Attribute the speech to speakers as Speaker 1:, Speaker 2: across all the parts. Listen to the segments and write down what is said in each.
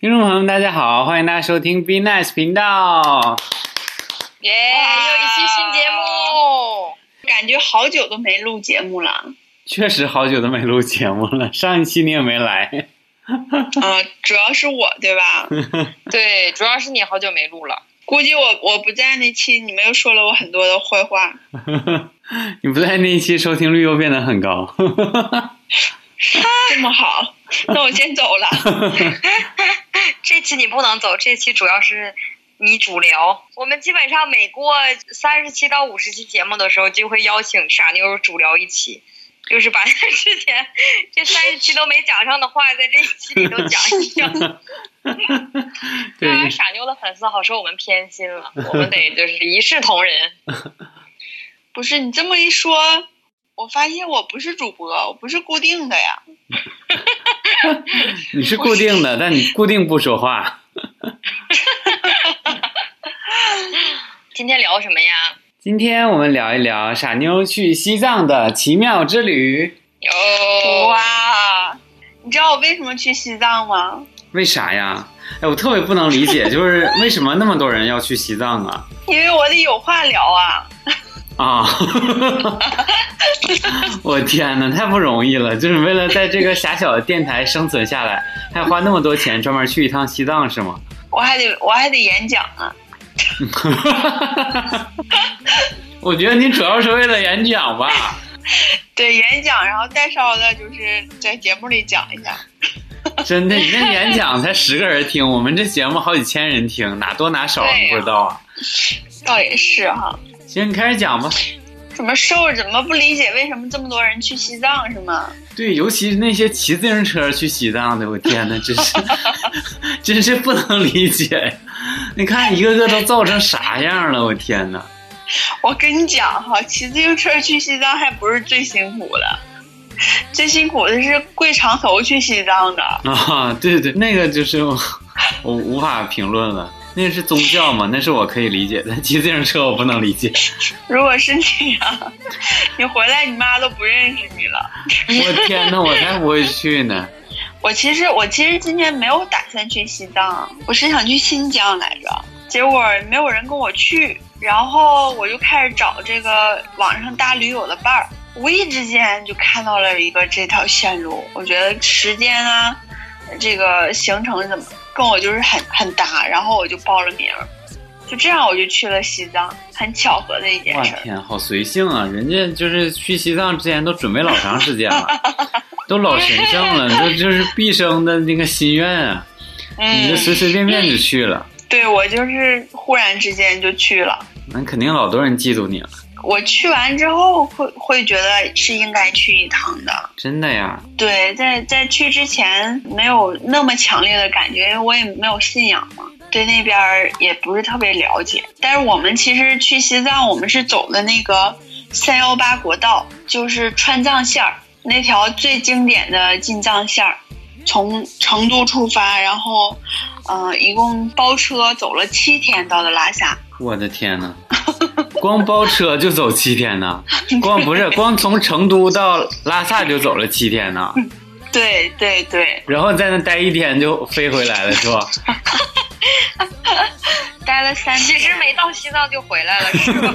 Speaker 1: 听众朋友们，大家好，欢迎大家收听 Be Nice 频道。
Speaker 2: 耶、
Speaker 3: 哇
Speaker 2: 又一期新节目，
Speaker 3: 感觉好久都没录节目了。
Speaker 1: 确实好久都没录节目了，上一期你也没来。
Speaker 3: 呃，主要是我对吧？
Speaker 2: 对，主要是你好久没录了，
Speaker 3: 估计我我不在那期，你们又说了我很多的坏话。
Speaker 1: 你不在那一期收听率又变得很高。
Speaker 3: 这么好，那我先走了。
Speaker 4: 这期你不能走，这期主要是你主聊。我们基本上每过三十期到五十期节目的时候，就会邀请傻妞主聊一期，就是把之前 这三十期都没讲上的话，在这一期里都讲一 讲。
Speaker 1: 对，
Speaker 4: 当然，傻妞的粉丝好说我们偏心 了，我们得就是一视同仁。
Speaker 3: 不是你这么一说，我发现我不是主播，我不是固定的呀。
Speaker 1: 你是固定的，但你固定不说话。
Speaker 4: 今天聊什么呀？
Speaker 1: 今天我们聊一聊傻妞去西藏的奇妙之旅。
Speaker 4: 有哦
Speaker 3: 哇，你知道我为什么去西藏吗？
Speaker 1: 为啥呀？哎，我特别不能理解，就是为什么那么多人要去西藏啊？
Speaker 3: 因为我得有话聊啊。
Speaker 1: 啊！ 我天哪，太不容易了！就是为了在这 个狭小的电台生存下来，还花那么多钱专门去一趟西藏是吗？
Speaker 3: 我还得我还得演讲啊，
Speaker 1: 我觉得你主要是为了演讲吧？
Speaker 3: 对，演讲，然后带梢的就是在节目里讲一下。
Speaker 1: 真的，你那演讲才十个人听，我们这节目好几千人听，哪多哪少啊
Speaker 4: 对呀
Speaker 1: 你不知道啊？
Speaker 3: 倒也是哈、
Speaker 1: 行，你开始讲吧。
Speaker 3: 什么瘦儿怎么不理解为什么这么多人去西藏是吗？
Speaker 1: 对，尤其是那些骑自行车去西藏的，我天呐，真是，真是不能理解。你看一个个都造成啥样了，我天呐，
Speaker 3: 我跟你讲哈，骑自行车去西藏还不是最辛苦的，最辛苦的是跪长头去西藏的。
Speaker 1: 啊，对对，那个就是我，我无法评论了。那是宗教嘛？那是我可以理解的。骑自行车我不能理解。
Speaker 3: 如果是你啊，你回来你妈都不认识你了。
Speaker 1: 我天呐，我才不会去呢。
Speaker 3: 我其实我其实今年没有打算去西藏，我是想去新疆来着，结果没有人跟我去，然后我就开始找这个网上搭驴友的伴儿，无意之间就看到了一个这条线路，我觉得时间啊，这个行程怎么跟我就是很很搭，然后我就报了名儿，就这样我就去了西藏，很巧合的一件
Speaker 1: 哇
Speaker 3: 事儿。
Speaker 1: 天，好随性啊！人家就是去西藏之前都准备老长时间了，都老神圣了，这就是毕生的那个心愿啊！你
Speaker 3: 嗯
Speaker 1: 就，随随便便就去了。
Speaker 3: 对我就是忽然之间就去了。
Speaker 1: 那肯定老多人嫉妒你了，
Speaker 3: 我去完之后会会觉得是应该去一趟的，
Speaker 1: 真的呀！
Speaker 3: 对，在在去之前没有那么强烈的感觉，因为我也没有信仰嘛，对那边儿也不是特别了解。但是我们其实去西藏，我们是走的那个三幺八国道，就是川藏线儿那条最经典的进藏线儿，从成都出发，然后，呃，一共包车走了七天到的拉萨。
Speaker 1: 我的天 呐，光包车就走七天呢，光不 是光从成都到拉萨就走了七天呢，
Speaker 3: 对对对，
Speaker 1: 然后在那待一天就飞回来了，是吧？
Speaker 3: 待了三
Speaker 4: 其
Speaker 3: 天。
Speaker 4: 实没到西藏就回来了， 是吧？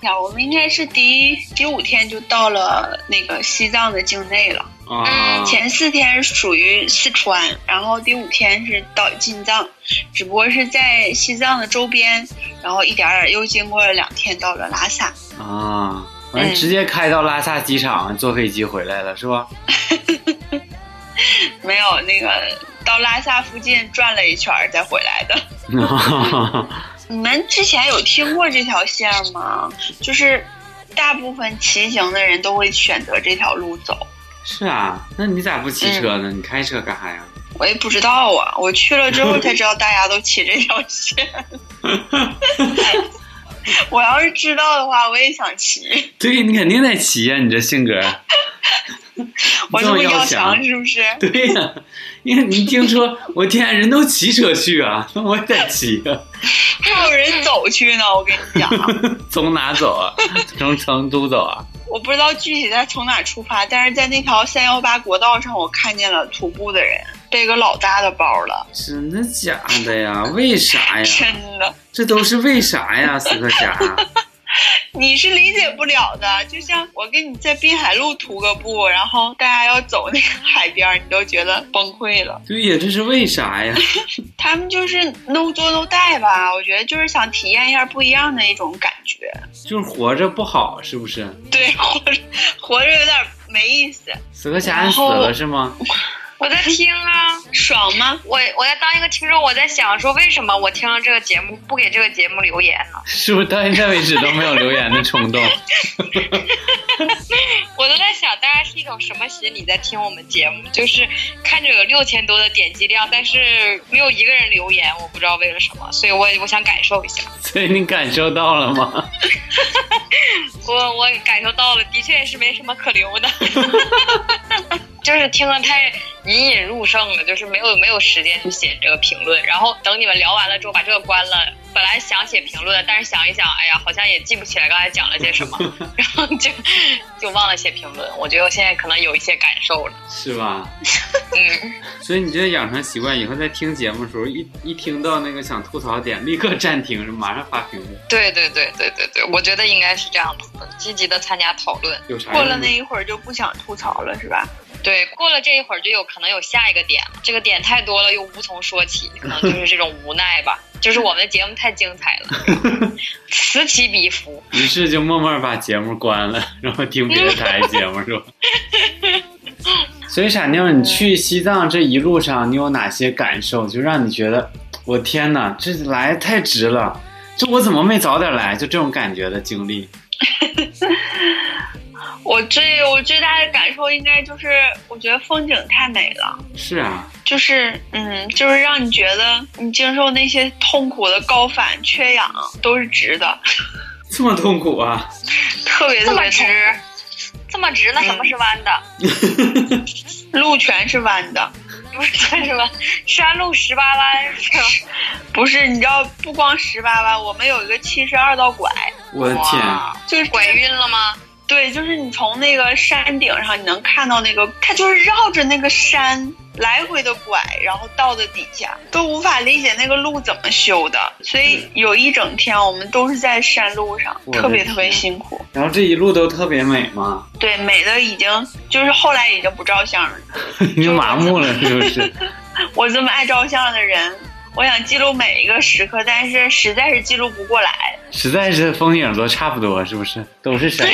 Speaker 3: 呀，我们应该是第第五天就到了那个西藏的境内了，
Speaker 1: 啊，
Speaker 3: 嗯前四天是属于四川，然后第五天是到进藏，只不过是在西藏的周边，然后一点点又经过了两天到了拉萨。
Speaker 1: 啊，完直接开到拉萨机场，坐飞机回来了，是吧？
Speaker 3: 没有那个到拉萨附近转了一圈儿再回来的。你们之前有听过这条线吗？就是大部分骑行的人都会选择这条路走。
Speaker 1: 是啊，那你咋不骑车
Speaker 3: 嗯
Speaker 1: 呢？你开车干啥呀？
Speaker 3: 我也不知道啊，我去了之后才知道大家都骑这条线。 我要是知道的话，我也想骑。
Speaker 1: 对你肯定得骑呀、你这性 格。
Speaker 3: 我这么
Speaker 1: 要
Speaker 3: 要
Speaker 1: 强
Speaker 3: 强，是不是？
Speaker 1: 对呀、因为你听说，我天，人都骑车去啊，那我也得骑啊，
Speaker 3: 还有人走去呢，我跟你讲，
Speaker 1: 从哪走啊？从成都走啊？
Speaker 3: 我不知道具体他从哪出发，但是在那条三幺八国道上，我看见了徒步的人，背个老大的包了，
Speaker 1: 真的假的呀？为
Speaker 3: 哎
Speaker 1: 啥呀？
Speaker 3: 真的，
Speaker 1: 这都是为啥呀，死磕侠？
Speaker 3: 你是理解不了的。就像我跟你在滨海路徒个步，然后大家要走那个海边儿，你都觉得崩溃了。
Speaker 1: 对呀，这是为啥呀？
Speaker 3: 他们就是 no 做 no 带吧，我觉得就是想体验一下不一样的一种感觉。
Speaker 1: 就是活着不好，是不是？
Speaker 3: 对，活着活着有点没意思，
Speaker 1: 死磕侠你死了是吗？
Speaker 4: 我在听啊，
Speaker 3: 爽吗？
Speaker 4: 我我在当一个听众，我在想说为什么我听了这个节目不给这个节目留言呢？
Speaker 1: 是不是到现在为止都没有留言的冲动？
Speaker 4: 我都在想大家是一种什么心理在听我们节目，就是看着有六千多的点击量，但是没有一个人留言，我不知道为了什么，所以我我想感受一下，
Speaker 1: 所以你感受到了吗？
Speaker 4: 我我感受到了，的确是没什么可留的，就是听了太隐隐入胜了，就是没有没有时间去写这个评论，然后等你们聊完了之后把这个关了。本来想写评论，但是想一想，哎呀，好像也记不起来刚才讲了些什么，然后就就忘了写评论。我觉得我现在可能有一些感受了。
Speaker 1: 是吧？
Speaker 4: 嗯，
Speaker 1: 所以你就养成习惯，以后在听节目的时候，一一听到那个想吐槽点，立刻暂停，马上发评论，
Speaker 4: 对对对对对对，我觉得应该是这样的，积极的参加讨论。
Speaker 1: 有啥
Speaker 3: 过
Speaker 1: 用
Speaker 3: 了
Speaker 1: 呢？
Speaker 3: 那一会儿就不想吐槽了，是吧？
Speaker 4: 对，过了这一会儿就有可能有下一个点，这个点太多了又无从说起，可能就是这种无奈吧。就是我们的节目太精彩 了，此起彼伏。
Speaker 1: 于是就默默把节目关了，然后听别的台节目 是吧？所以傻妞，你去西藏这一路上，你有哪些感受？就让你觉得，我天哪，这来太值了！这我怎么没早点来？就这种感觉的经历，
Speaker 3: 我最我最大的感受应该就是，我觉得风景太美了，
Speaker 1: 是啊，
Speaker 3: 就是嗯，就是让你觉得你经受那些痛苦的高反、缺氧都是值的，
Speaker 1: 这么痛苦啊！
Speaker 3: 特别
Speaker 4: 这
Speaker 3: 特
Speaker 4: 么
Speaker 3: 别痛
Speaker 4: 直，这么直，那什么是弯的？
Speaker 3: 苦。路全是弯的，
Speaker 4: 不是什 么山路十八弯是吧？
Speaker 3: 不是你知道，不光十八弯，我们有一个七十二道拐，
Speaker 1: 我的天，
Speaker 4: 哇
Speaker 3: 就是
Speaker 4: 拐晕了吗？
Speaker 3: 对，就是你从那个山顶上，你能看到那个，它就是绕着那个山来回的拐，然后到的底下，都无法理解那个路怎么修的。所以有一整天我们都是在山路上
Speaker 1: 嗯我，的
Speaker 3: 特别特别
Speaker 1: 天
Speaker 3: 辛苦。
Speaker 1: 然后这一路都特别美嘛，
Speaker 3: 对，美的已经就是后来已经不照相了。
Speaker 1: 你就麻木了是不是？
Speaker 3: 我这么爱照相的人，我想记录每一个时刻，但是实在是记录不过来。
Speaker 1: 实在是风景都差不多，是不是？都是山，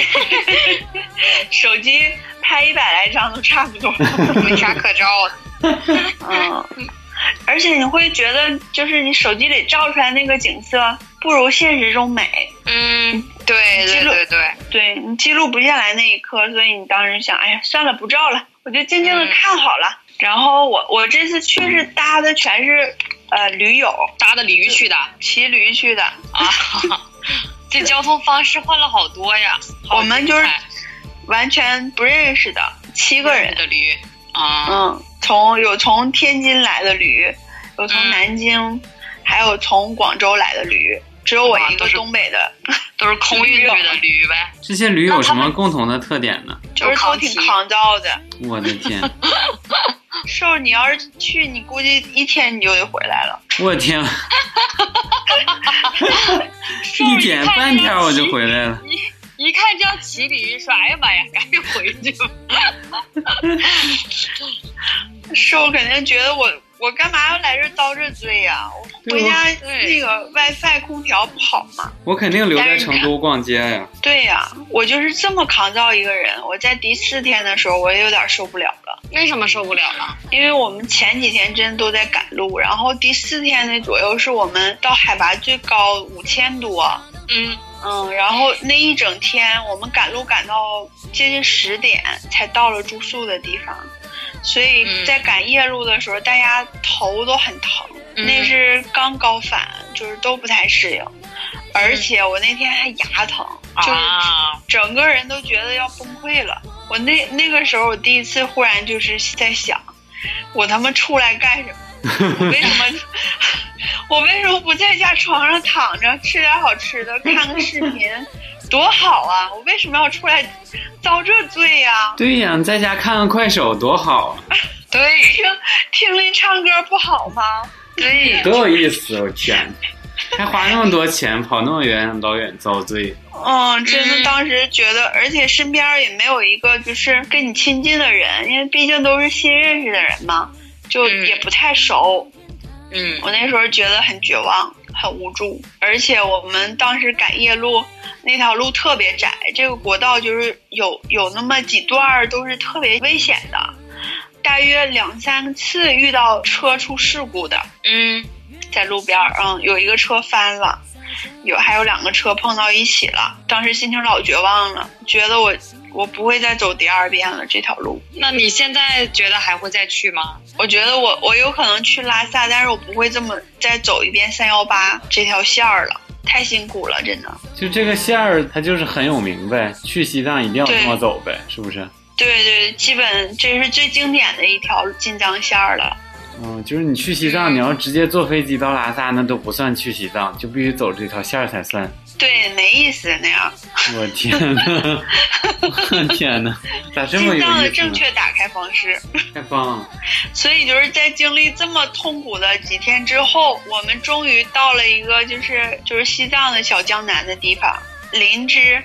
Speaker 3: 手机拍一百来张都差不多。
Speaker 4: 没啥可招的。
Speaker 3: 嗯，而且你会觉得，就是你手机里照出来那个景色不如现实中美。
Speaker 4: 嗯，对对对对，
Speaker 3: 对你记录不下来那一刻，所以你当时想，哎呀，算了，不照了，我就静静的
Speaker 4: 嗯
Speaker 3: 看好了。然后我我这次去是搭的全是呃驴友，
Speaker 4: 搭的驴去的啊，
Speaker 3: 骑驴去的。
Speaker 4: 这交通方式换了好多呀。好
Speaker 3: 我们就是
Speaker 4: 精彩
Speaker 3: 完全不认识的七个人，
Speaker 4: 的驴啊，
Speaker 3: 嗯，从有从天津来的驴，有从
Speaker 4: 嗯
Speaker 3: 南京，还有从广州来的驴，只有我
Speaker 4: 哇
Speaker 3: 一
Speaker 4: 啊都
Speaker 3: 个
Speaker 4: 是
Speaker 3: 东北的，
Speaker 4: 都是空运去的驴呗。
Speaker 1: 这些驴有什么共同的特点呢？
Speaker 3: 就是都挺
Speaker 4: 扛旗
Speaker 3: 抗造的。
Speaker 1: 我的天，
Speaker 3: 瘦儿，你要是去，你估计一天你就得回来了。
Speaker 1: 我天，
Speaker 4: 瘦
Speaker 1: 一点半天我就回来了。
Speaker 4: 一看就要骑驴，说哎呀妈呀，赶紧回去吧。
Speaker 3: 瘦儿肯定觉得我我干嘛要来这儿遭这罪呀、我
Speaker 1: 对
Speaker 3: 回家
Speaker 4: 对
Speaker 3: 那个 WiFi 空调不好吗？
Speaker 1: 我肯定留在成都逛街呀、
Speaker 3: 对呀、我就是这么抗造一个人。我在第四天的时候，我也有点受不了了，
Speaker 4: 为什么受不了了？
Speaker 3: 因为我们前几天真都在赶路，然后第四天那左右是我们到海拔最高五千多，
Speaker 4: 嗯，
Speaker 3: 嗯，然后那一整天我们赶路赶到接近十点才到了住宿的地方，所以
Speaker 4: 嗯
Speaker 3: 在赶夜路的时候，大家头都很疼，
Speaker 4: 嗯
Speaker 3: 那是刚高反，就是都不太适应，而且我那天还牙疼，就是
Speaker 4: 嗯啊，
Speaker 3: 整个人都觉得要崩溃了。我那那个时候，我第一次忽然就是在想，我他妈出来干什么？我为什 么我为什么不在家床上躺着吃点好吃的，看个视频，多好啊！我为什么要出来遭这罪呀、
Speaker 1: 对呀、你在家看看快手多好啊！
Speaker 2: 对
Speaker 3: 听听力唱歌不好吗？
Speaker 4: 对，
Speaker 1: 多有意思！我天，还花那么多钱跑那么远老远遭罪，
Speaker 3: 嗯，真
Speaker 4: 嗯
Speaker 3: 的，当时觉得，而且身边儿也没有一个就是跟你亲近的人，因为毕竟都是新认识的人嘛，就
Speaker 4: 嗯
Speaker 3: 也不太熟。
Speaker 4: 嗯，
Speaker 3: 我那时候觉得很绝望，很无助。而且我们当时赶夜路，那条路特别窄，这个国道就是有有那么几段儿都是特别危险的，大约两三次遇到车出事故的。
Speaker 4: 嗯，
Speaker 3: 在路边儿，嗯，有一个车翻了，有还有两个车碰到一起了。当时心情老绝望了，觉得我我不会再走第二遍了这条路。
Speaker 4: 那你现在觉得还会再去吗？
Speaker 3: 我觉得我我有可能去拉萨，但是我不会这么再走一遍三幺八这条线儿了，太辛苦了，真的。
Speaker 1: 就这个线儿它就是很有名呗，去西藏一定要
Speaker 3: 对
Speaker 1: 这么走呗，是不是？
Speaker 3: 对对，基本这是最经典的一条进藏线儿了。
Speaker 1: 嗯，就是你去西藏，你要直接坐飞机到拉萨，那都不算去西藏，就必须走这条线儿才算。
Speaker 3: 对，没意思那样。
Speaker 1: 我天呐，我天呐，咋这么
Speaker 3: 进
Speaker 1: 有
Speaker 3: 藏的
Speaker 1: 意思
Speaker 3: 正
Speaker 1: 呢？
Speaker 3: 确打开方式。
Speaker 1: 太棒了！
Speaker 3: 所以就是在经历这么痛苦的几天之后，我们终于到了一个就是就是西藏的小江南的地方，林芝。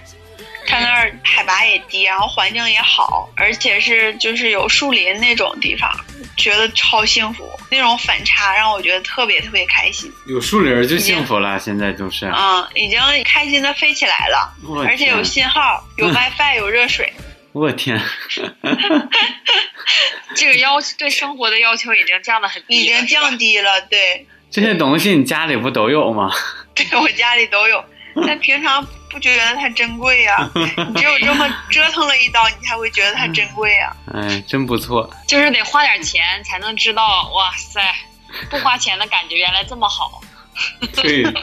Speaker 3: 它那儿海拔也低，然后环境也好，而且是就是有树林那种地方，觉得超幸福。那种反差让我觉得特别特别开心，
Speaker 1: 有树林儿就幸福了，现在就是。
Speaker 3: 嗯，已经开心的飞起来了，
Speaker 1: 我
Speaker 3: 而且有
Speaker 1: 天，
Speaker 3: 信号，有 WiFi，有热水。
Speaker 1: 我天，
Speaker 4: 这个要求对生活的要求已经降得很低了，
Speaker 3: 已经降低了，对
Speaker 1: 这些东西你家里不都有吗？
Speaker 3: 对，我家里都有，但平常不觉得它珍贵呀、你只有这么折腾了一刀，你才会觉得它珍贵啊呀、
Speaker 1: 哎，真不错。
Speaker 4: 就是得花点钱才能知道，哇塞，不花钱的感觉原来这么好。
Speaker 1: 对，对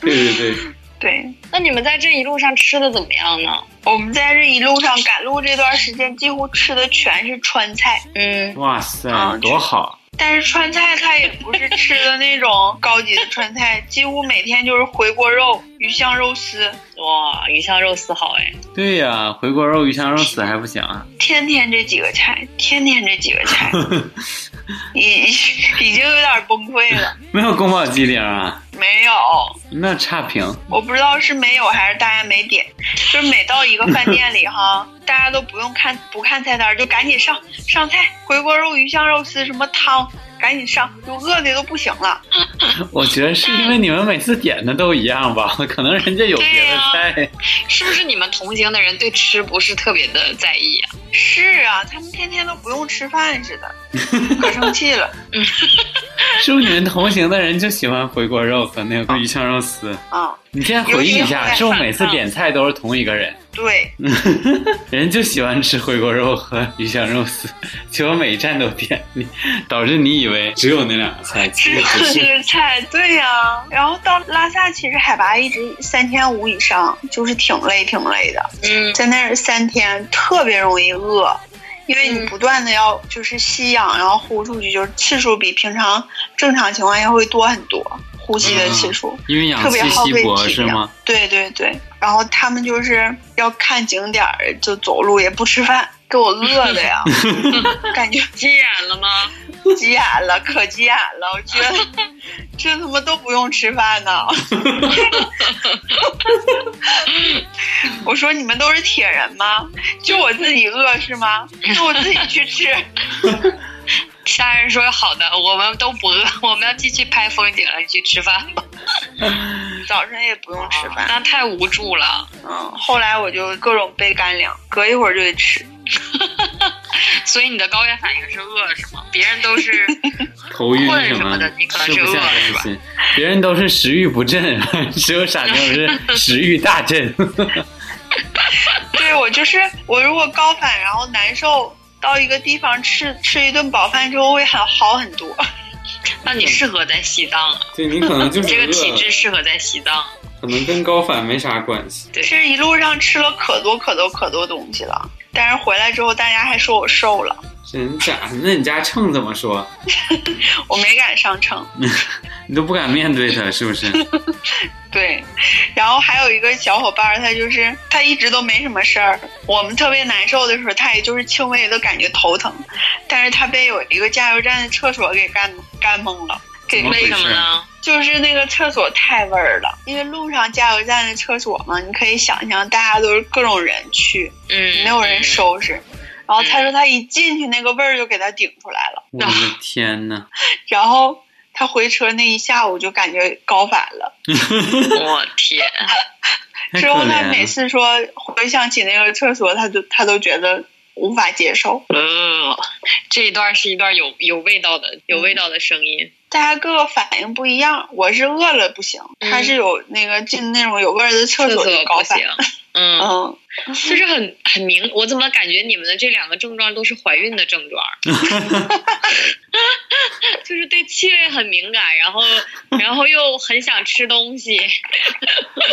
Speaker 1: 对对，
Speaker 3: 对，
Speaker 4: 那你们在这一路上吃的怎么样呢？
Speaker 3: 我们在这一路上赶路这段时间，几乎吃的全是川菜，
Speaker 4: 嗯，
Speaker 1: 哇塞
Speaker 3: 啊，
Speaker 1: 多好！
Speaker 3: 但是川菜它也不是吃的那种高级的川菜，几乎每天就是回锅肉、鱼香肉丝，
Speaker 4: 哇，鱼香肉丝好哎，
Speaker 1: 对呀、回锅肉、鱼香肉丝还不行啊？
Speaker 3: 天天这几个菜，天天这几个菜，已已已经有点崩溃了。
Speaker 1: 没有宫保鸡丁啊？
Speaker 3: 没有，
Speaker 1: 那差评。
Speaker 3: 我不知道是没有还是大家没点，就是每到一个饭店里哈，大家都不用看不看菜单儿，就赶紧上上菜，回锅肉、鱼香肉丝什么汤，赶紧上，就饿的都不行了。
Speaker 1: 我觉得是因为你们每次点的都一样吧，可能人家有别的菜。
Speaker 4: 是不是你们同行的人对吃不是特别的在意啊？
Speaker 3: 是啊，他们天天都不用吃饭似的，可生气了
Speaker 1: 是不是你们同行的人就喜欢回锅肉和那个鱼香肉丝？
Speaker 3: 啊、
Speaker 1: 你现在回忆一下，
Speaker 3: 尤其是
Speaker 1: 是不是每次点菜都是同一个人？
Speaker 3: 对，
Speaker 1: 人就喜欢吃回锅肉和鱼香肉丝， 结果每一站都点，你导致你以为只有那两个菜，其实
Speaker 3: 只有
Speaker 1: 不
Speaker 3: 这
Speaker 1: 是。
Speaker 3: 个菜，对呀、然后到拉萨其实海拔一直三千五以上，就是挺累挺累的。
Speaker 4: 嗯
Speaker 3: 在那儿三天特别容易饿，因为你
Speaker 4: 嗯
Speaker 3: 不断的要就是吸氧，然后呼出去，就是次数比平常正常情况下会多很多，呼吸的次数。
Speaker 1: 因为氧
Speaker 3: 特别
Speaker 1: 气
Speaker 3: 耗
Speaker 1: 稀
Speaker 3: 费
Speaker 1: 薄
Speaker 3: 体
Speaker 1: 是
Speaker 3: 力
Speaker 1: 吗？
Speaker 3: 对对对，然后他们就是要看景点儿就走路，也不吃饭，给我饿的呀，感觉
Speaker 4: 急眼了吗？
Speaker 3: 急眼了，可急眼了，我觉得这他妈都不用吃饭呢。我说你们都是铁人吗？就我自己饿是吗？那我自己去吃。
Speaker 4: 沙人说好的，我们都不饿， 我们要继续拍风景了，你去吃饭吧。
Speaker 3: 早晨也不用吃饭，
Speaker 4: 那太无助了。
Speaker 3: 嗯，后来我就各种备干粮，隔一会儿就得吃。
Speaker 4: 所以你的高原反应是饿是 吗？别人都是
Speaker 1: 头晕
Speaker 4: 困
Speaker 1: 什
Speaker 4: 什么的你可能
Speaker 1: 吃不
Speaker 4: 是
Speaker 1: 下
Speaker 4: 饿了是
Speaker 1: 东
Speaker 4: 吧
Speaker 1: 西，别人都是食欲不振，只有傻妞是食欲大振。
Speaker 3: 对我就是我，如果高反然后难受，到一个地方吃吃一顿饱饭之后会很好很多。
Speaker 4: 那你适合在西藏 啊，
Speaker 1: 对你可能就
Speaker 4: 你这个体质适合在西藏。
Speaker 1: 可能跟高反没啥关系。
Speaker 4: 对，
Speaker 3: 其实一路上吃了可多可多可多东西了，但是回来之后大家还说我瘦了，
Speaker 1: 真假？那你家秤怎么说？
Speaker 3: 我没敢上秤。
Speaker 1: 你都不敢面对它，是不 是？
Speaker 3: 对，然后还有一个小伙伴儿，他就是他一直都没什么事儿。我们特别难受的时候，他也就是轻微的感觉头疼，但是他被有一个加油站的厕所给干干懵了，给
Speaker 1: 怎么回
Speaker 4: 为
Speaker 1: 事
Speaker 4: 什么呢？
Speaker 3: 就是那个厕所太味儿了，因为路上加油站的厕所嘛，你可以想象大家都是各种人去，
Speaker 4: 嗯，
Speaker 3: 没有人收拾。然后他说他一进去那个味儿就给他顶出来了，
Speaker 1: 我的天呐，
Speaker 3: 然后他回车那一下午就感觉高反了。
Speaker 4: 我天，
Speaker 1: 太可
Speaker 3: 之后他每
Speaker 1: 怜了。
Speaker 3: 次说回想起那个厕所，他就他都觉得无法接受。
Speaker 4: 呃，这一段是一段有有味道的有味道的声音，
Speaker 3: 大家各个反应不一样，我是饿了不行，
Speaker 4: 嗯
Speaker 3: 他是有那个进那种有味儿的厕
Speaker 4: 厕
Speaker 3: 所
Speaker 4: 所
Speaker 3: 就高
Speaker 4: 不
Speaker 3: 反。
Speaker 4: 行，嗯，
Speaker 3: 嗯，
Speaker 4: 就是很很明，我怎么感觉你们的这两个症状都是怀孕的症状？ 就是对气味很敏感，然后然后又很想吃东西，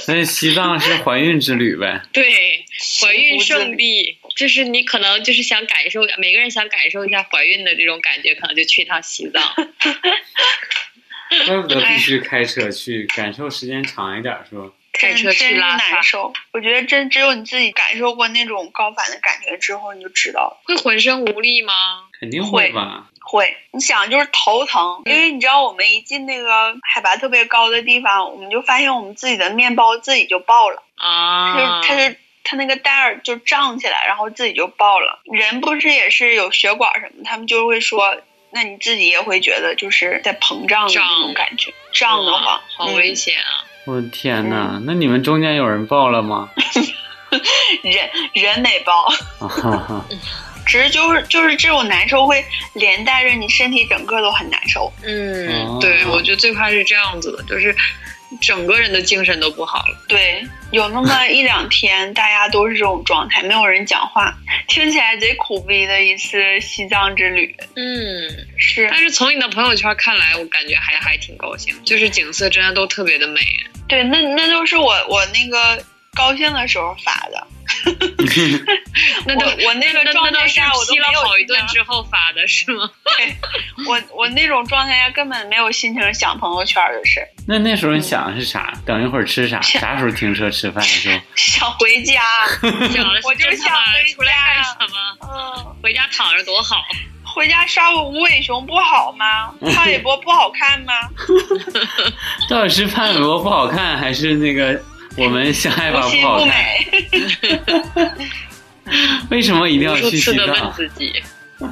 Speaker 1: 所以西藏是怀孕之旅呗？
Speaker 4: 对，怀孕圣
Speaker 3: 地，
Speaker 4: 地，就是你可能就是想感受，每个人想感受一下怀孕的这种感觉，可能就去一趟西藏。
Speaker 1: 怪不得必须开车去，感受时间长一点，是吧？
Speaker 4: 开车
Speaker 3: 真
Speaker 4: 去
Speaker 3: 是
Speaker 4: 拉
Speaker 3: 难
Speaker 4: 萨，
Speaker 3: 受。我觉得真只有你自己感受过那种高反的感觉之后，你就知道了。
Speaker 4: 会浑身无力吗？
Speaker 1: 肯定吧？
Speaker 3: 会，你想就是头疼，
Speaker 4: 嗯
Speaker 3: 因为你知道我们一进那个海拔特别高的地方，我们就发现我们自己的面包自己就爆了。就是
Speaker 4: 啊，
Speaker 3: 它就它那个袋儿就胀起来，然后自己就爆了。人不是也是有血管什么，他们就会说，那你自己也会觉得就是在膨胀的那种
Speaker 4: 胀
Speaker 3: 感觉，胀得
Speaker 4: 哇
Speaker 3: 慌，
Speaker 4: 好
Speaker 3: 嗯
Speaker 4: 危险啊！
Speaker 1: 我的天呐，那你们中间有人报了吗？
Speaker 3: 人人没爆，
Speaker 1: 啊哈哈，
Speaker 3: 只是就是就是这种难受会连带着你身体整个都很难受。
Speaker 1: 哦
Speaker 4: 嗯，对，我觉得最怕是这样子的，就是整个人的精神都不好了。
Speaker 3: 对，有那么一两天大家都是这种状态，没有人讲话， 听起来贼苦逼的一次西藏之旅。
Speaker 4: 嗯，
Speaker 3: 是
Speaker 4: 但是从你的朋友圈看来，我感觉还还挺高兴，就是景色真的都特别的美。
Speaker 3: 对，那那都是我我那个高兴的时候发的。
Speaker 4: 那都
Speaker 3: 我我那个
Speaker 4: 那
Speaker 3: 状
Speaker 4: 那
Speaker 3: 态
Speaker 4: 都是
Speaker 3: 下我都
Speaker 4: 批了
Speaker 3: 没有
Speaker 4: 好一
Speaker 3: 心情
Speaker 4: 顿之后发的是吗？
Speaker 3: 我我那种状态下根本没有心情想朋友圈的事，
Speaker 1: 那那时候你想的是啥？等一会儿吃啥？啥时候停车吃饭是吧？
Speaker 3: 想 回家。
Speaker 4: 想的
Speaker 3: 我就是
Speaker 4: 真他妈
Speaker 3: 想回
Speaker 4: 出来干
Speaker 3: 家
Speaker 4: 什么？
Speaker 3: 嗯，
Speaker 4: 回家躺着多好。
Speaker 3: 回家刷个无尾熊不好 吗？潘玮柏不好看吗？
Speaker 1: 到底是潘玮柏不好看，还是那个我们相爱吧
Speaker 3: 不
Speaker 1: 不
Speaker 3: 心
Speaker 1: 好
Speaker 3: 不
Speaker 1: 看？
Speaker 3: 美。
Speaker 1: 为什么一定要
Speaker 4: 无数
Speaker 1: 去
Speaker 4: 次
Speaker 1: 西
Speaker 4: 的问
Speaker 1: 藏？
Speaker 4: 自己，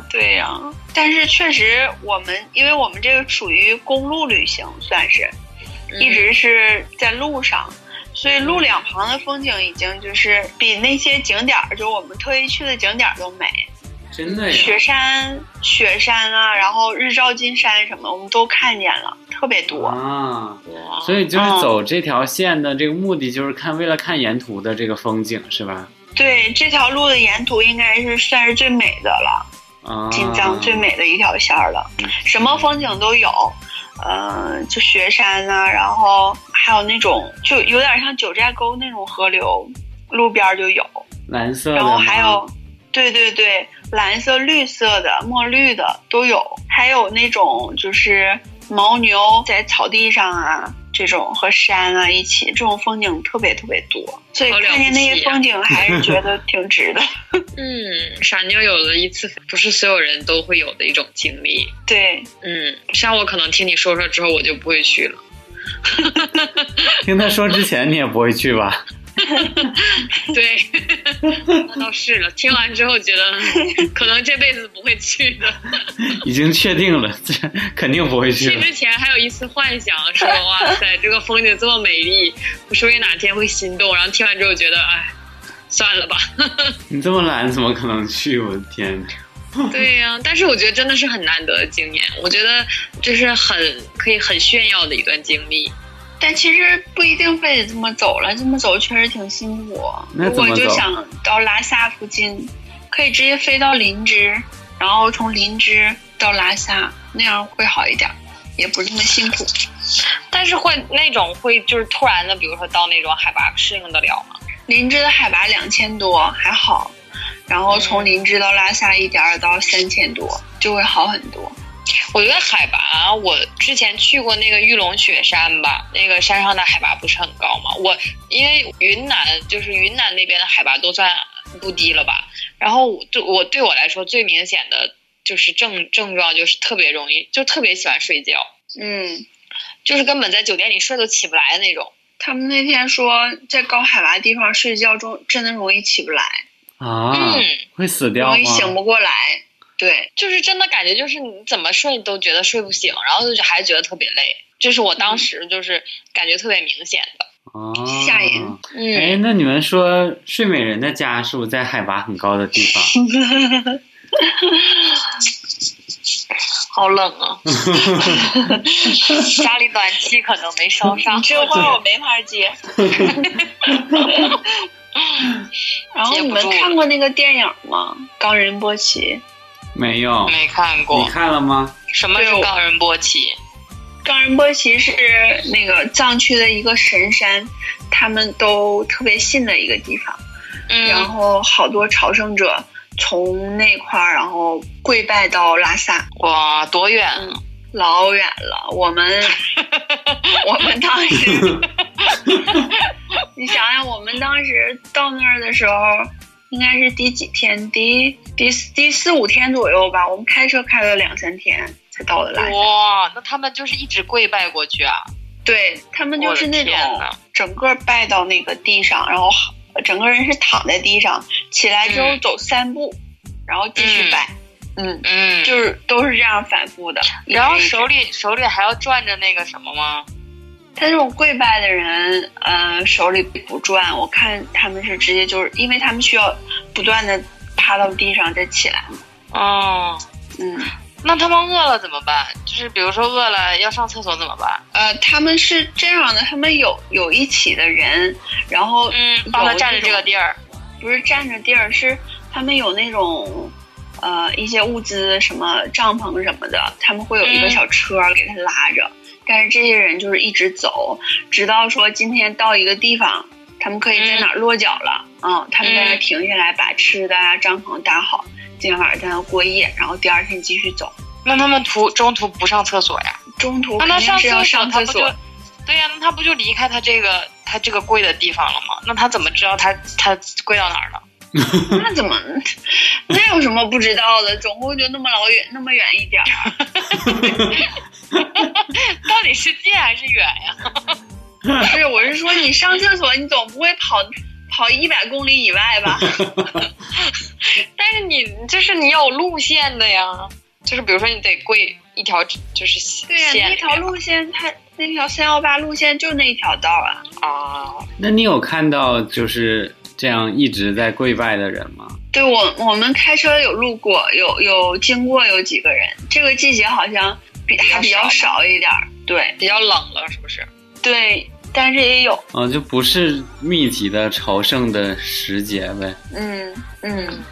Speaker 3: 对呀、但是确实我们，因为我们这个属于公路旅行，算是
Speaker 4: 嗯
Speaker 3: 一直是在路上。所以路两旁的风景已经就是比那些景点儿，就我们特意去的景点儿都美。
Speaker 1: 真的呀？
Speaker 3: 雪山、雪山啊，然后日照金山什么，我们都看见了，特别多。
Speaker 1: 啊，
Speaker 4: 哇
Speaker 1: 所以
Speaker 3: 嗯
Speaker 1: 就是走这条线的这个目的，就是看为了看沿途的这个风景，是吧？
Speaker 3: 对，这条路的沿途应该是算是最美的了，
Speaker 1: 啊，
Speaker 3: 新疆最美的一条线儿了，什么风景都有。呃，就雪山呐、然后还有那种就有点像九寨沟那种河流，路边儿就有。
Speaker 1: 蓝色的
Speaker 3: 然
Speaker 1: 吗，
Speaker 3: 后还有，对对对，蓝色、绿色的、墨绿的都有，还有那种就是牦牛在草地上啊，这种和山啊一起，这种风景特别特别多，所以
Speaker 4: 好了
Speaker 3: 看见那
Speaker 4: 不
Speaker 3: 些
Speaker 4: 起啊
Speaker 3: 风景还是觉得挺值的。
Speaker 4: 嗯，傻妞有了一次不是所有人都会有的一种经历。
Speaker 3: 对，
Speaker 4: 嗯，像我可能听你说说之后，我就不会去 了。
Speaker 1: 听他说之前你也不会去吧？
Speaker 4: 对， 那倒是了。听完之后觉得，嗯可能这辈子不会去的。
Speaker 1: 已经确定了， 这肯定不会去
Speaker 4: 去
Speaker 1: 了。
Speaker 4: 之前还有一丝幻想，说哇塞，这个风景这么美丽，我说不定哪天会心动。然后听完之后觉得，哎，算了吧。
Speaker 1: 你这么懒，怎么可能去？我的天！
Speaker 4: 对呀、但是我觉得真的是很难得的经验，我觉得这是很可以很炫耀的一段经历。
Speaker 3: 但其实不一定非得这么走了，这么走确实挺辛苦。
Speaker 1: 那
Speaker 3: 如
Speaker 1: 怎么
Speaker 3: 果就
Speaker 1: 走
Speaker 3: 想到拉萨附近，可以直接飞到林芝，然后从林芝到拉萨，那样会好一点，也不是那么辛苦。
Speaker 5: 但是会那种会就是突然的，比如说到那种海拔适应得了吗？
Speaker 3: 林芝的海拔两千多，还好。然后从
Speaker 1: 嗯
Speaker 3: 林芝到拉萨一点二到三千多，就会好很多。
Speaker 4: 我觉得海拔，啊我之前去过那个玉龙雪山吧，那个山上的海拔不是很高嘛。我因为云南就是云南那边的海拔都算不低了吧。然后对我对我来说最明显的就是症症状就是特别容易，就特别喜欢睡觉，
Speaker 3: 嗯，
Speaker 4: 就是根本在酒店里睡都起不来那种。
Speaker 3: 他们那天说在高海拔地方睡觉中真的容易起不来，
Speaker 1: 啊，
Speaker 4: 嗯，
Speaker 1: 会死掉吗
Speaker 3: 容易？醒不过来。对，
Speaker 4: 就是真的感觉就是你怎么睡都觉得睡不醒，然后就还觉得特别累。这是我当时就是感觉特别明显的。
Speaker 1: 啊，
Speaker 3: 吓人
Speaker 4: 嗯，
Speaker 1: 哎，那你们说睡美人的家是不是在海拔很高的地方？
Speaker 4: 好冷 啊！家里暖气可能没烧上
Speaker 3: 你。这话我没法接。然后你们看过那个电影吗？冈仁波齐。
Speaker 1: 没有，
Speaker 4: 没看
Speaker 1: 你
Speaker 4: 过，
Speaker 1: 看了吗？
Speaker 4: 什么是冈仁波齐？
Speaker 3: 冈仁波齐是那个藏区的一个神山，他们都特别信的一个地方。然
Speaker 4: 嗯，
Speaker 3: 后好多朝圣者从那块儿，然后跪拜到拉萨，
Speaker 4: 哇，多远啊？
Speaker 3: 老远了。我们我们当时，你想想，我们当时到那儿的时候，应该是第几天？第第第四五天左右吧。我们开车开了两三天才到的拉萨。
Speaker 4: 哇，那他们就是一直跪拜过去啊！
Speaker 3: 对他们就是那种
Speaker 4: 我的天呐
Speaker 3: 整个拜到那个地上，然后整个人是躺在地上，起来之后
Speaker 4: 嗯
Speaker 3: 走三步，然后继续
Speaker 4: 嗯
Speaker 3: 拜。嗯，
Speaker 4: 嗯，
Speaker 3: 就是都是这样反复的。
Speaker 4: 然后
Speaker 3: 一直
Speaker 4: 手里手里还要攥着那个什么吗？
Speaker 3: 他这种跪拜的人，呃，手里不转，我看他们是直接就是因为他们需要不断的趴到地上再起来。
Speaker 4: 哦，
Speaker 3: 嗯，
Speaker 4: 那他们饿了怎么办？就是比如说饿了要上厕所怎么办？
Speaker 3: 呃，他们是这样的，他们有有一起的人，然后
Speaker 4: 嗯，帮他占着这个地儿。
Speaker 3: 不是占着地儿，是他们有那种呃一些物资，什么帐篷什么的，他们会有一个
Speaker 4: 嗯
Speaker 3: 小车给他拉着。但是这些人就是一直走，直到说今天到一个地方，他们可以在
Speaker 4: 嗯
Speaker 3: 哪儿落脚了，嗯他们在那儿
Speaker 4: 嗯
Speaker 3: 停下来，把吃的啊帐篷搭好，今天晚上在那儿过夜，然后第二天继续走。
Speaker 4: 那他们途中途不上厕所呀？
Speaker 3: 中途
Speaker 4: 啊那
Speaker 3: 肯
Speaker 4: 他
Speaker 3: 定是
Speaker 4: 厕
Speaker 3: 要上
Speaker 4: 他不
Speaker 3: 厕
Speaker 4: 就
Speaker 3: 所，？
Speaker 4: 对呀、那他不就离开他这个他这个跪的地方了吗？那他怎么知道他他跪到哪 儿了？
Speaker 3: 那怎么？ 那有什么不知道的？总共就那么老远，那么远一点儿。
Speaker 4: 到底是近还是远呀？
Speaker 3: 不是，我是说你上厕所，你总不会跑跑一百公里以外吧？
Speaker 4: 但是你就是你有路线的呀，就是比如说你得跪一条就是线
Speaker 3: 对呀、
Speaker 4: 里面
Speaker 3: 那条路线它那条三幺八路线就那一条道啊。
Speaker 4: 啊，
Speaker 1: 那你有看到就是这样一直在跪拜的人吗？
Speaker 3: 对我我们开车有路过，有有经过有几个人，这个季节好像比还比较少一点儿。对
Speaker 4: 比较冷了是不是？
Speaker 3: 对，但是也有，
Speaker 1: 啊，就不是密集的朝圣的时节呗。
Speaker 3: 嗯嗯，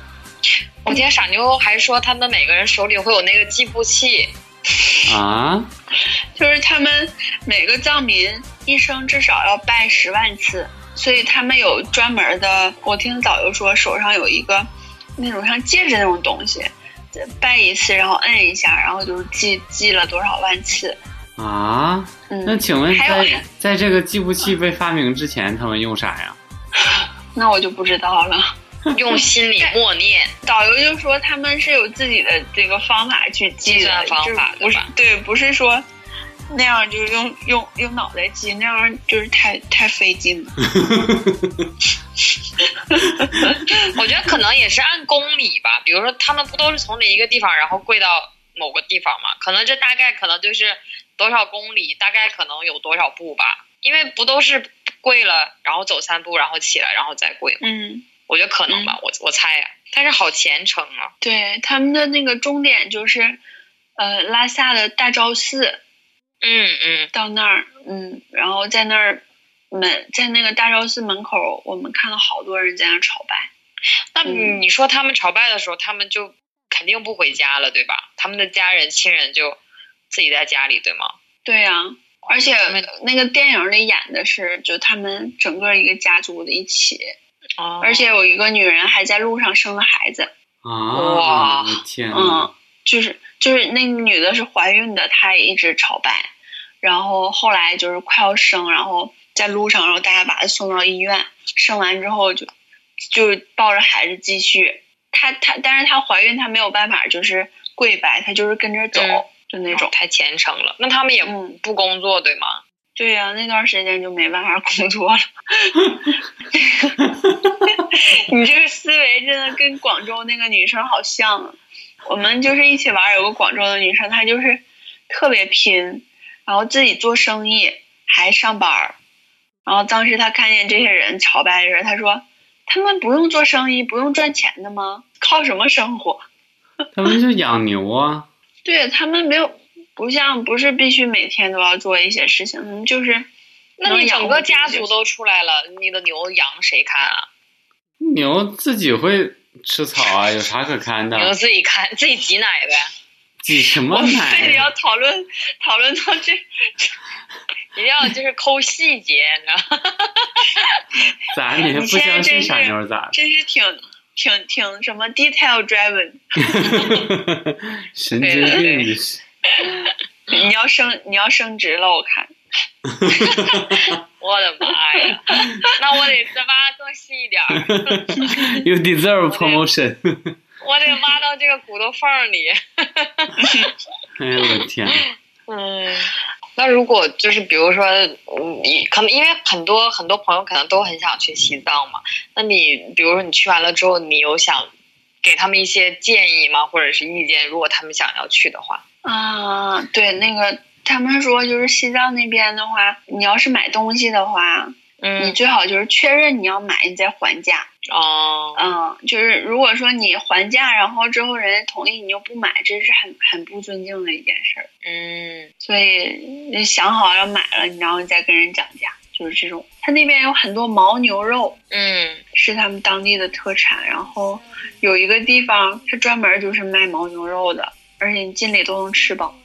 Speaker 4: 我听傻妞还说他们每个人手里会有那个计步器，
Speaker 1: 啊，
Speaker 3: 就是他们每个藏民一生至少要拜十万次，所以他们有专门的。我听导游说，手上有一个那种像戒指那种东西，拜一次，然后摁一下，然后就是记记了多少万次。
Speaker 1: 啊，那
Speaker 3: 嗯，
Speaker 1: 请问
Speaker 3: 还有
Speaker 1: 在在这个计步器被发明之前，他们用啥呀？
Speaker 3: 那我就不知道了。
Speaker 4: 用心 里默念。
Speaker 3: 导游就说他们是有自己的这个方法去记
Speaker 4: 计
Speaker 3: 的
Speaker 4: 算方法
Speaker 3: 就不
Speaker 4: 对
Speaker 3: 是
Speaker 4: 吧
Speaker 3: 对，不是说那样就是用用用脑袋记，那样就是太太费劲了。
Speaker 4: 我觉得可能也是按公里吧，比如说他们不都是从哪一个地方，然后跪到某个地方嘛？可能这大概可能就是多少公里，大概可能有多少步吧？因为不都是跪了，然后走三步，然后起来，然后再跪吗？
Speaker 3: 嗯。
Speaker 4: 我觉得可能吧，我我猜呀、但是好虔诚啊！
Speaker 3: 对，他们的那个终点就是，呃，拉萨的大昭寺，
Speaker 4: 嗯嗯，
Speaker 3: 到那儿，嗯，然后在那儿门，在那个大昭寺门口，我们看到好多人在那儿朝拜。
Speaker 4: 那
Speaker 3: 嗯
Speaker 4: 你说他们朝拜的时候，他们就肯定不回家了，对吧？他们的家人亲人就自己在家里，对吗？
Speaker 3: 对呀、而且
Speaker 4: 们
Speaker 3: 那个电影里演的是，就他们整个一个家族的一起，
Speaker 2: 哦，
Speaker 3: 而且有一个女人还在路上生了孩子，
Speaker 1: 啊！我的天呐，
Speaker 3: 嗯，就是就是那女的是怀孕的，她也一直朝拜，然后后来就是快要生，然后在路上，然后大家把她送到医院，生完之后就就抱着孩子继续。她她，但是她怀孕，她没有办法就是跪拜，她就是跟着走，
Speaker 4: 嗯
Speaker 3: 就那
Speaker 4: 那
Speaker 3: 种
Speaker 4: 种。太虔诚了。那他们也
Speaker 3: 嗯，
Speaker 4: 不工作对吗？
Speaker 3: 对呀、那段时间就没办法工作了。 你这个思维真的跟广州那个女生好像啊！我们就是一起玩儿，有个广州的女生，她就是特别拼，然后自己做生意还上班儿。然后当时她看见这些人朝拜的时候，她说：“他们不用做生意，不用赚钱的吗？靠什么生活？”
Speaker 1: 他们就养牛啊，
Speaker 3: 对他们没有，不像不是必须每天都要做一些事情，他们就是
Speaker 4: 那你整个家族
Speaker 3: 都
Speaker 4: 都出来了，你的牛羊谁看啊？
Speaker 1: 牛自己会吃草啊，有啥可看
Speaker 4: 你就
Speaker 1: 的？
Speaker 4: 自己看， 自己挤奶呗。
Speaker 1: 挤什么
Speaker 3: 我们非得
Speaker 1: 奶
Speaker 3: 要
Speaker 1: 啊？
Speaker 3: 讨论讨论到这，
Speaker 4: 一定要就是抠细节，你知道吗？
Speaker 1: 咱你还不相信傻妞咋
Speaker 3: 真是挺挺挺什么 detail driven。
Speaker 1: 的？神经病！你是
Speaker 3: 你要升你要升职了，我看
Speaker 4: 我的妈呀！ 那我得再挖更细一点儿，
Speaker 1: You deserve promotion！
Speaker 4: 我得挖到这个骨头缝儿里。
Speaker 1: 哎呦我的天 呐，
Speaker 4: 嗯， 那如果就是比如说，嗯，你可能因为很多很多朋友可能都很想去西藏嘛，那你比如说你去完了之后，你有想给他们一些建议吗，或者是意见？如果他们想要去的话，
Speaker 3: 啊，对那个他们说就是西藏那边的话，你要是买东西的话，你
Speaker 4: 嗯，
Speaker 3: 最好就是确认你要买，你再还价。
Speaker 4: 哦，
Speaker 3: 嗯，就是如果说你还价，然后之后人家同意你就不买，这是很很不尊敬的一件事儿。
Speaker 4: 嗯，
Speaker 3: 所以你想好要买了，你然后你再跟人讲价，就是这种。他那边有很多牦牛肉
Speaker 4: 嗯，
Speaker 3: 是他们当地的特产，然后有一个地方是专门就是卖牦牛肉的，而且你进里都能吃饱。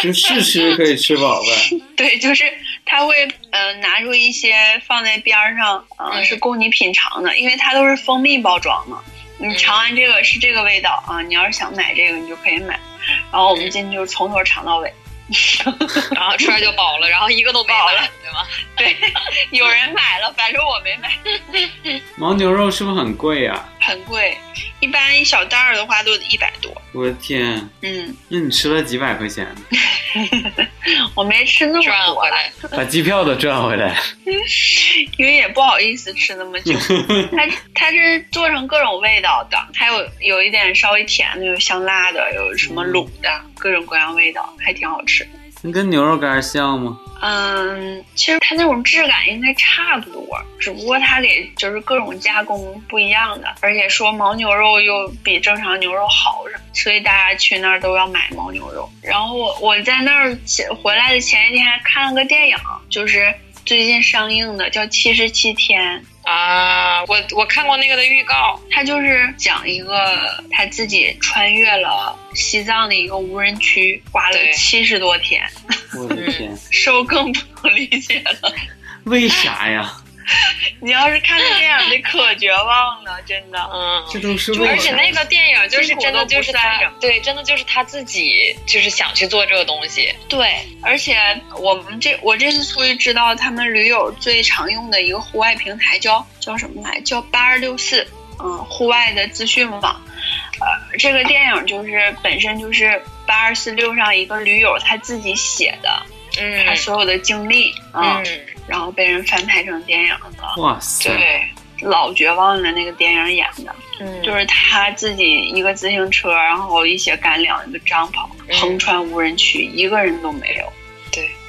Speaker 1: 就试吃可以吃饱呗。
Speaker 3: 对，就是他会呃拿出一些放在边儿上，呃、
Speaker 4: 嗯
Speaker 3: 是供你品尝的，因为它都是蜂蜜包装嘛。
Speaker 4: 嗯
Speaker 3: 你尝完这个是这个味道啊，你要是想买这个你就可以买，然后我们
Speaker 4: 嗯
Speaker 3: 进去就从头尝到尾。
Speaker 4: 然后吃完就饱了，然后一个都没
Speaker 3: 饱了
Speaker 4: 买，对吧？
Speaker 3: 对，有人买了，反正我没买，
Speaker 1: 牦牛肉是不是很贵呀、
Speaker 3: 很贵，一般一小袋儿的话都得一百多。
Speaker 1: 我的天，
Speaker 3: 嗯，
Speaker 1: 那你吃了几百块钱，
Speaker 3: 我没吃那
Speaker 4: 吃完
Speaker 3: 么
Speaker 4: 了
Speaker 3: 多
Speaker 4: 回
Speaker 3: 了，
Speaker 4: 来，
Speaker 1: 把机票都赚回来。
Speaker 3: 因为也不好意思吃那么久。它它是做成各种味道的，还有有一点稍微甜的，有香辣的，有什么卤的，各种各样味道，还挺好吃。
Speaker 1: 那 跟牛肉干像吗？
Speaker 3: 嗯，其实它那种质感应该差不多，只不过它给就是各种加工不一样的，而且说牦牛肉又比正常牛肉好着，所以大家去那儿都要买牦牛肉。然后我我在那儿前回来的前一天还看了个电影，就是最近上映的，叫《七十七天》。
Speaker 4: 啊，我我看过那个的预告，
Speaker 3: 他就是讲一个他自己穿越了西藏的一个无人区，花了
Speaker 4: 对
Speaker 3: 七十多天，
Speaker 1: 我的
Speaker 3: 嗯
Speaker 1: 天，
Speaker 3: 收更不能理解了。
Speaker 1: 为啥呀？
Speaker 3: 你要是看那电影，你可绝望了，真的。
Speaker 4: 嗯，
Speaker 1: 这都是
Speaker 4: 而
Speaker 1: 为
Speaker 4: 且
Speaker 1: 啥？
Speaker 4: 那个电影就是
Speaker 3: 辛苦
Speaker 4: 真的
Speaker 3: 都不
Speaker 4: 就是
Speaker 3: 算
Speaker 4: 他
Speaker 3: 什么，
Speaker 4: 对，真的就是他自己就是想去做这个东西，
Speaker 3: 对，而且我们这我这次出去知道，他们驴友最常用的一个户外平台叫叫什么来？叫八二六四，嗯，户外的资讯网。呃，这个电影就是本身就是八二四六上一个驴友他自己写的，
Speaker 4: 嗯
Speaker 3: 他所有的经历，啊。
Speaker 4: 嗯，
Speaker 3: 然后被人翻拍成电影了。
Speaker 1: 哇塞，
Speaker 4: 对，
Speaker 3: 老绝望了，那个电影演的，
Speaker 4: 嗯
Speaker 3: 就是他自己一个自行车，然后一些干粮，一个帐篷，
Speaker 4: 嗯
Speaker 3: 横穿无人区，一个人都没有。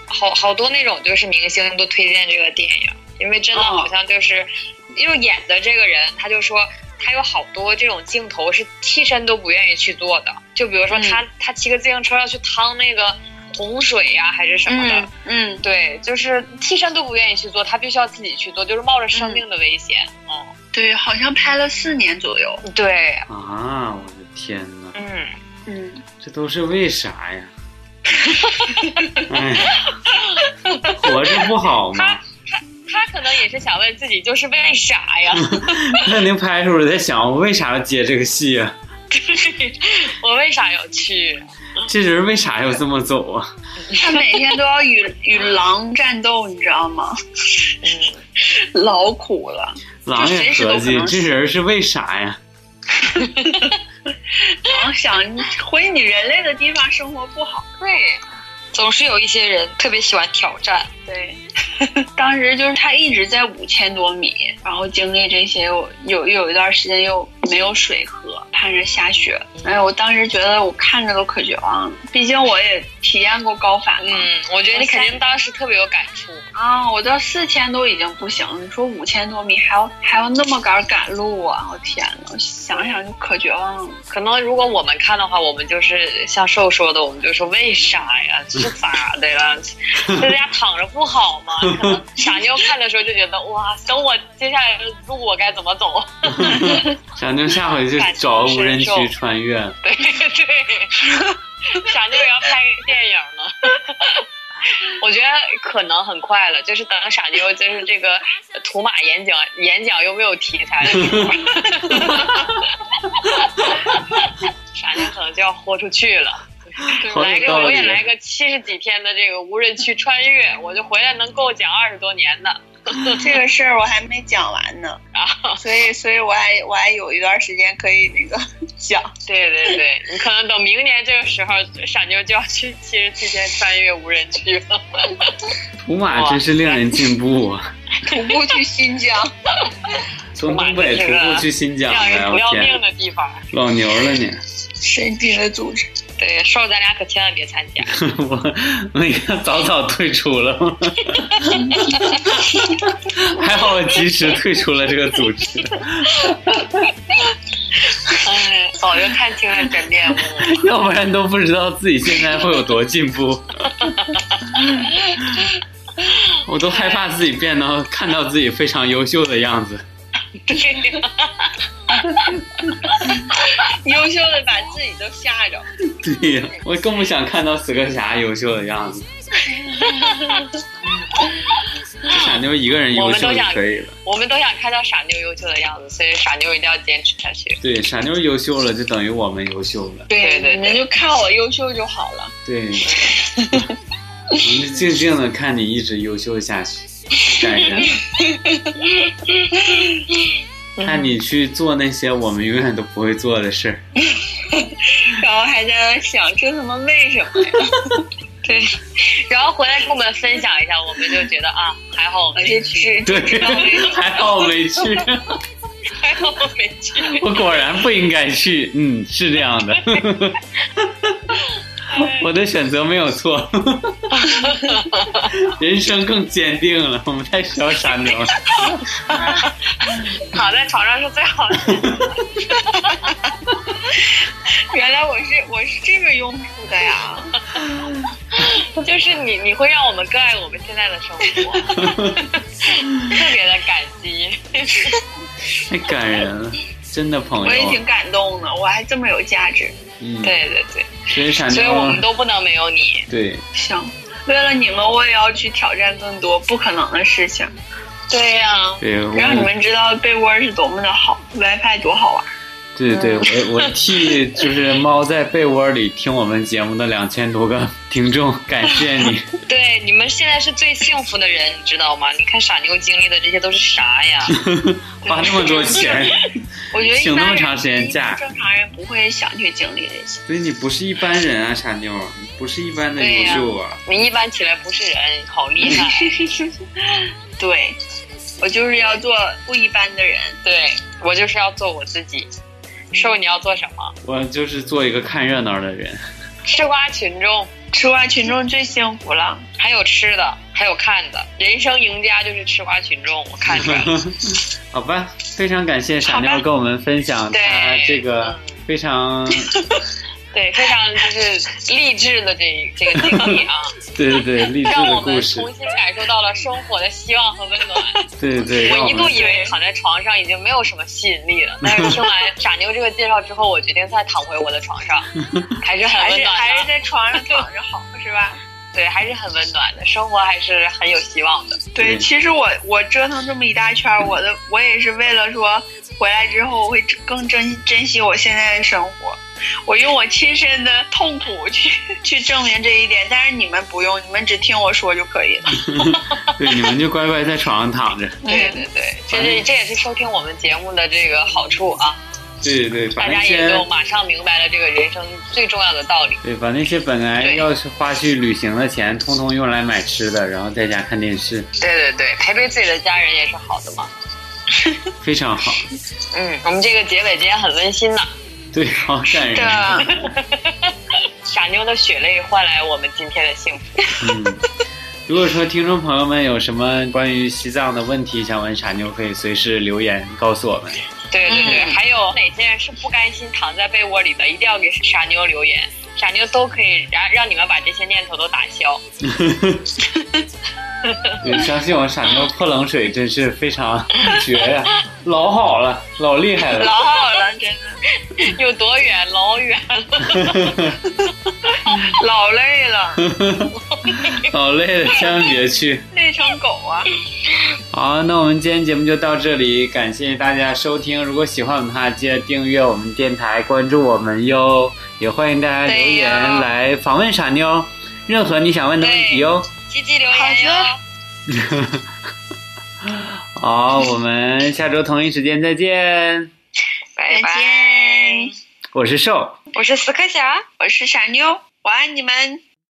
Speaker 4: 好好多那种就是明星都推荐这个电影，因为真的
Speaker 3: 哦
Speaker 4: 好像就是，因为演的这个人他就说。他有好多这种镜头是替身都不愿意去做的，就比如
Speaker 3: 嗯
Speaker 4: 说他、他骑个自行车要去趟那个洪水呀、还是什么的，
Speaker 3: 嗯嗯，
Speaker 4: 对，就是替身都不愿意去做，他必须要自己去做，就是冒着生命的危险。嗯，
Speaker 3: 对，好像拍了四年左右。
Speaker 4: 对，
Speaker 1: 啊！我的天呐，
Speaker 4: 嗯，
Speaker 3: 嗯，
Speaker 1: 这都是为啥呀？ 哎，活着不好吗？
Speaker 4: 他可能也是想问自己，就是为啥呀？
Speaker 1: 那您拍的时候在想，我为啥要接这个戏啊？
Speaker 4: 我为啥要去？
Speaker 1: 这人为啥要这么走啊？
Speaker 3: 他每天都要 与与狼战斗，你知道吗？
Speaker 4: 嗯
Speaker 3: 老苦了，
Speaker 1: 狼也合计，这人是为啥呀？
Speaker 3: 狼想回你人类的地方生活不好，
Speaker 6: 对，总是有一些人特别喜欢挑战。
Speaker 3: 对， 当时就是他一直在五千多米，然后经历这些，有有有一段时间又没有水喝，盼着下雪。哎呀，我当时觉得我看着都可绝望了，毕竟我也体验过高反嘛。
Speaker 4: 嗯，我觉得你肯定当时特别有感触。
Speaker 3: 啊，我到四千都已经不行了，你说五千多米还要还要那么赶赶路啊！我天呐，我想想就可绝望了。
Speaker 4: 可能如果我们看的话，我们就是像瘦说的，我们就说为啥呀？这是咋的呀？在家躺着不好吗？可能傻妞看的时候就觉得哇，等我接下来的路我该怎么走？
Speaker 1: 傻妞下回就找个无人区穿越。
Speaker 4: 对对， 傻妞也要拍个电影 了。我觉得可能很快了，就是等傻妞，就是这个图马演讲，演讲又没有题材的时候，傻妞可能就要豁出去了。
Speaker 1: 好有
Speaker 4: 来个
Speaker 1: 道理
Speaker 4: 我也来个七十几天的这个无人区穿越，我就回来能够讲二十多年的。
Speaker 3: 这个事儿我还没讲完 呢，所以所以我还我还有一段时间可以那个 讲。
Speaker 4: 对对 对，你可能等明年这个时候，傻妞就要去七十七天穿越无人区了。
Speaker 1: 图马真是令人进步啊！
Speaker 3: 徒步去新 疆，
Speaker 1: 从东北徒步去新疆
Speaker 4: 让人
Speaker 1: 了，
Speaker 4: 不
Speaker 1: 哎我
Speaker 4: 要命
Speaker 1: 天，
Speaker 4: 的地方，
Speaker 1: 老牛了你！
Speaker 3: 神秘的组织。
Speaker 4: 对，瘦咱俩可千万别参 加。
Speaker 1: 我那个早早退出了，还好我及时退出了这个组织，
Speaker 4: 哎，早就看清了真面目。
Speaker 1: 要不然都不知道自己现在会有多进步。我都害怕自己变到看到自己非常优秀的样子。
Speaker 3: 优秀的把自己都吓着。
Speaker 1: 对呀，我更不想看到死磕侠优秀的样子。就想就一个人优秀就可以了。
Speaker 4: 我们都想看到傻妞优秀的样子，所以傻妞一定要坚持下去。
Speaker 1: 对，傻妞优秀了，就等于我们优秀了。
Speaker 4: 对对
Speaker 3: 你们
Speaker 4: 对，
Speaker 3: 就看我优秀就好了。
Speaker 1: 对，我们就静静的看你一直优秀下 去，感人。看你去做那些我们永远都不会做的事儿。
Speaker 3: 然后还在那想这他妈为什么呀？
Speaker 4: 然后回来跟我们分享一下，我们就觉得啊，还好我
Speaker 3: 我
Speaker 4: 没
Speaker 3: 就
Speaker 4: 去，
Speaker 3: 只
Speaker 1: 对，还好我没去，
Speaker 4: 还好我没去。
Speaker 1: 我果然不应该去。嗯，是这 样的，我的选择没有 错，人生更坚定了。我们太需要傻妞了。
Speaker 4: 躺在床上是最 好的。
Speaker 3: 原来我是我是这个用处的呀。
Speaker 4: 就是你，你会让我们更爱我们现在的生活，特别的感 激。
Speaker 1: 太感人了，真的朋
Speaker 3: 我也
Speaker 1: 友
Speaker 3: 挺。感动的，我还这么有价值。
Speaker 1: 嗯，，
Speaker 4: 对对对，
Speaker 1: 所以傻妞，
Speaker 4: 所以我们都不能没有你。
Speaker 1: 对，
Speaker 3: 行，为了你们，我也要去挑战更多不可能的事情，
Speaker 4: 对呀、
Speaker 1: 对，
Speaker 4: 嗯
Speaker 1: 我
Speaker 3: 让你们知道被窝是多么的好，WiFi 多好玩。
Speaker 1: 对对，我 我替就是猫在被窝里听我们节目的两千多个听众感谢 你，
Speaker 4: 对，你们现在是最幸福的人，你知道吗？你看傻妞经历的这些都是啥呀？
Speaker 1: 花那么多钱，
Speaker 3: 我觉得
Speaker 1: 请
Speaker 3: 一
Speaker 1: 那么
Speaker 3: 般
Speaker 1: 长
Speaker 3: 人
Speaker 1: 时间假，
Speaker 3: 正常人不会想去经历这 些。
Speaker 1: 所以你不是一般人啊，傻妞，你不是一般的
Speaker 4: 对
Speaker 1: 优
Speaker 4: 呀
Speaker 1: 秀啊，
Speaker 4: 你一般起来不是人，好厉害。啊
Speaker 3: 对，我就是要做不一般的人。
Speaker 4: 对我就是要做我自己。瘦，你要做什么？
Speaker 1: 我就是做一个看热闹的人。
Speaker 4: 吃瓜群众，
Speaker 3: 吃瓜群众最幸福了，
Speaker 4: 还有吃的，还有看的。人生赢家就是吃瓜群众，我看出来了。
Speaker 1: 好吧，非常感谢傻
Speaker 3: 好
Speaker 1: 妞
Speaker 3: 吧
Speaker 1: 跟我们分享
Speaker 4: 对
Speaker 1: 她这个非常，
Speaker 4: 对，非常就是励志的这这个经历 啊，
Speaker 1: 对对对，励志
Speaker 4: 让
Speaker 1: 的
Speaker 4: 我
Speaker 1: 故
Speaker 4: 们
Speaker 1: 事
Speaker 4: 重，新感受到了生活的希望和温 暖。
Speaker 1: 对对哦对，让
Speaker 4: 我
Speaker 1: 我
Speaker 4: 一度
Speaker 1: 们
Speaker 4: 以为躺在床上已经没有什么吸引力了，但是听 完傻妞这个介绍之后，我决定再躺回我的床上，还是很
Speaker 3: 还
Speaker 4: 温
Speaker 3: 是还
Speaker 4: 暖
Speaker 3: 是
Speaker 4: 的。
Speaker 3: 在床上躺着好，是吧？
Speaker 4: 对，还是很温暖的，生活还是很有希望的。
Speaker 3: 对，
Speaker 1: 嗯
Speaker 3: 其实我我折腾这么一 大圈儿，我的我也是为了说回来之后我会更珍珍惜我现在的生活，我用我亲身的痛苦去 去证明这一点。但是你们不用，你们只听我说就可以了。
Speaker 1: 对，你们就乖乖在床上躺着。
Speaker 4: 嗯对对对，这是这也是收听我们节目的这个好处啊，
Speaker 1: 对对对，把
Speaker 4: 大
Speaker 1: 那
Speaker 4: 家也
Speaker 1: 些
Speaker 4: 就马上明白了这个人生最重要的道理。
Speaker 1: 对把那些本来
Speaker 4: 对
Speaker 1: 要是花去旅行的钱，通通用来买吃的，然后在家看电视，
Speaker 4: 对对对，陪陪自己的家人也是好的嘛。
Speaker 1: 非常好。
Speaker 4: 嗯，我们这个结尾今天很温馨呐、
Speaker 1: 对，好感
Speaker 3: 这
Speaker 1: 人。
Speaker 4: 傻妞的血泪换来我们今天的幸福。
Speaker 1: 嗯，如果说听众朋友们有什么关于西藏的问题想问傻妞，可以随时留言告诉我们。
Speaker 4: 对对对，
Speaker 3: 嗯
Speaker 4: 还有哪些人是不甘心躺在被窝里的，一定要给傻妞留言，傻妞都可以让让你们把这些念头都打消。
Speaker 1: 对，相信我，傻妞泼冷水真是非常绝呀、老好了，老厉害了。
Speaker 4: 老好了，真的有多远？老远了， 老累了，
Speaker 1: 老累了，千万别去。
Speaker 4: 累成狗啊！
Speaker 1: 好，那我们今天节目就到这里，感谢大家收听。如果喜欢我们的话，记得订阅我们电台，关注我们哟。也欢迎大家留
Speaker 4: 对
Speaker 1: 言
Speaker 4: 呀
Speaker 1: 来访问傻妞，任何你想问的问题哟。
Speaker 4: 积极留言哦哟，
Speaker 1: 好，我们下周同一时间再见。
Speaker 7: 拜
Speaker 3: 再
Speaker 7: 拜。
Speaker 3: 见，
Speaker 1: 我是瘦，
Speaker 7: 我是死磕侠。
Speaker 3: 我是傻妞，我爱你们。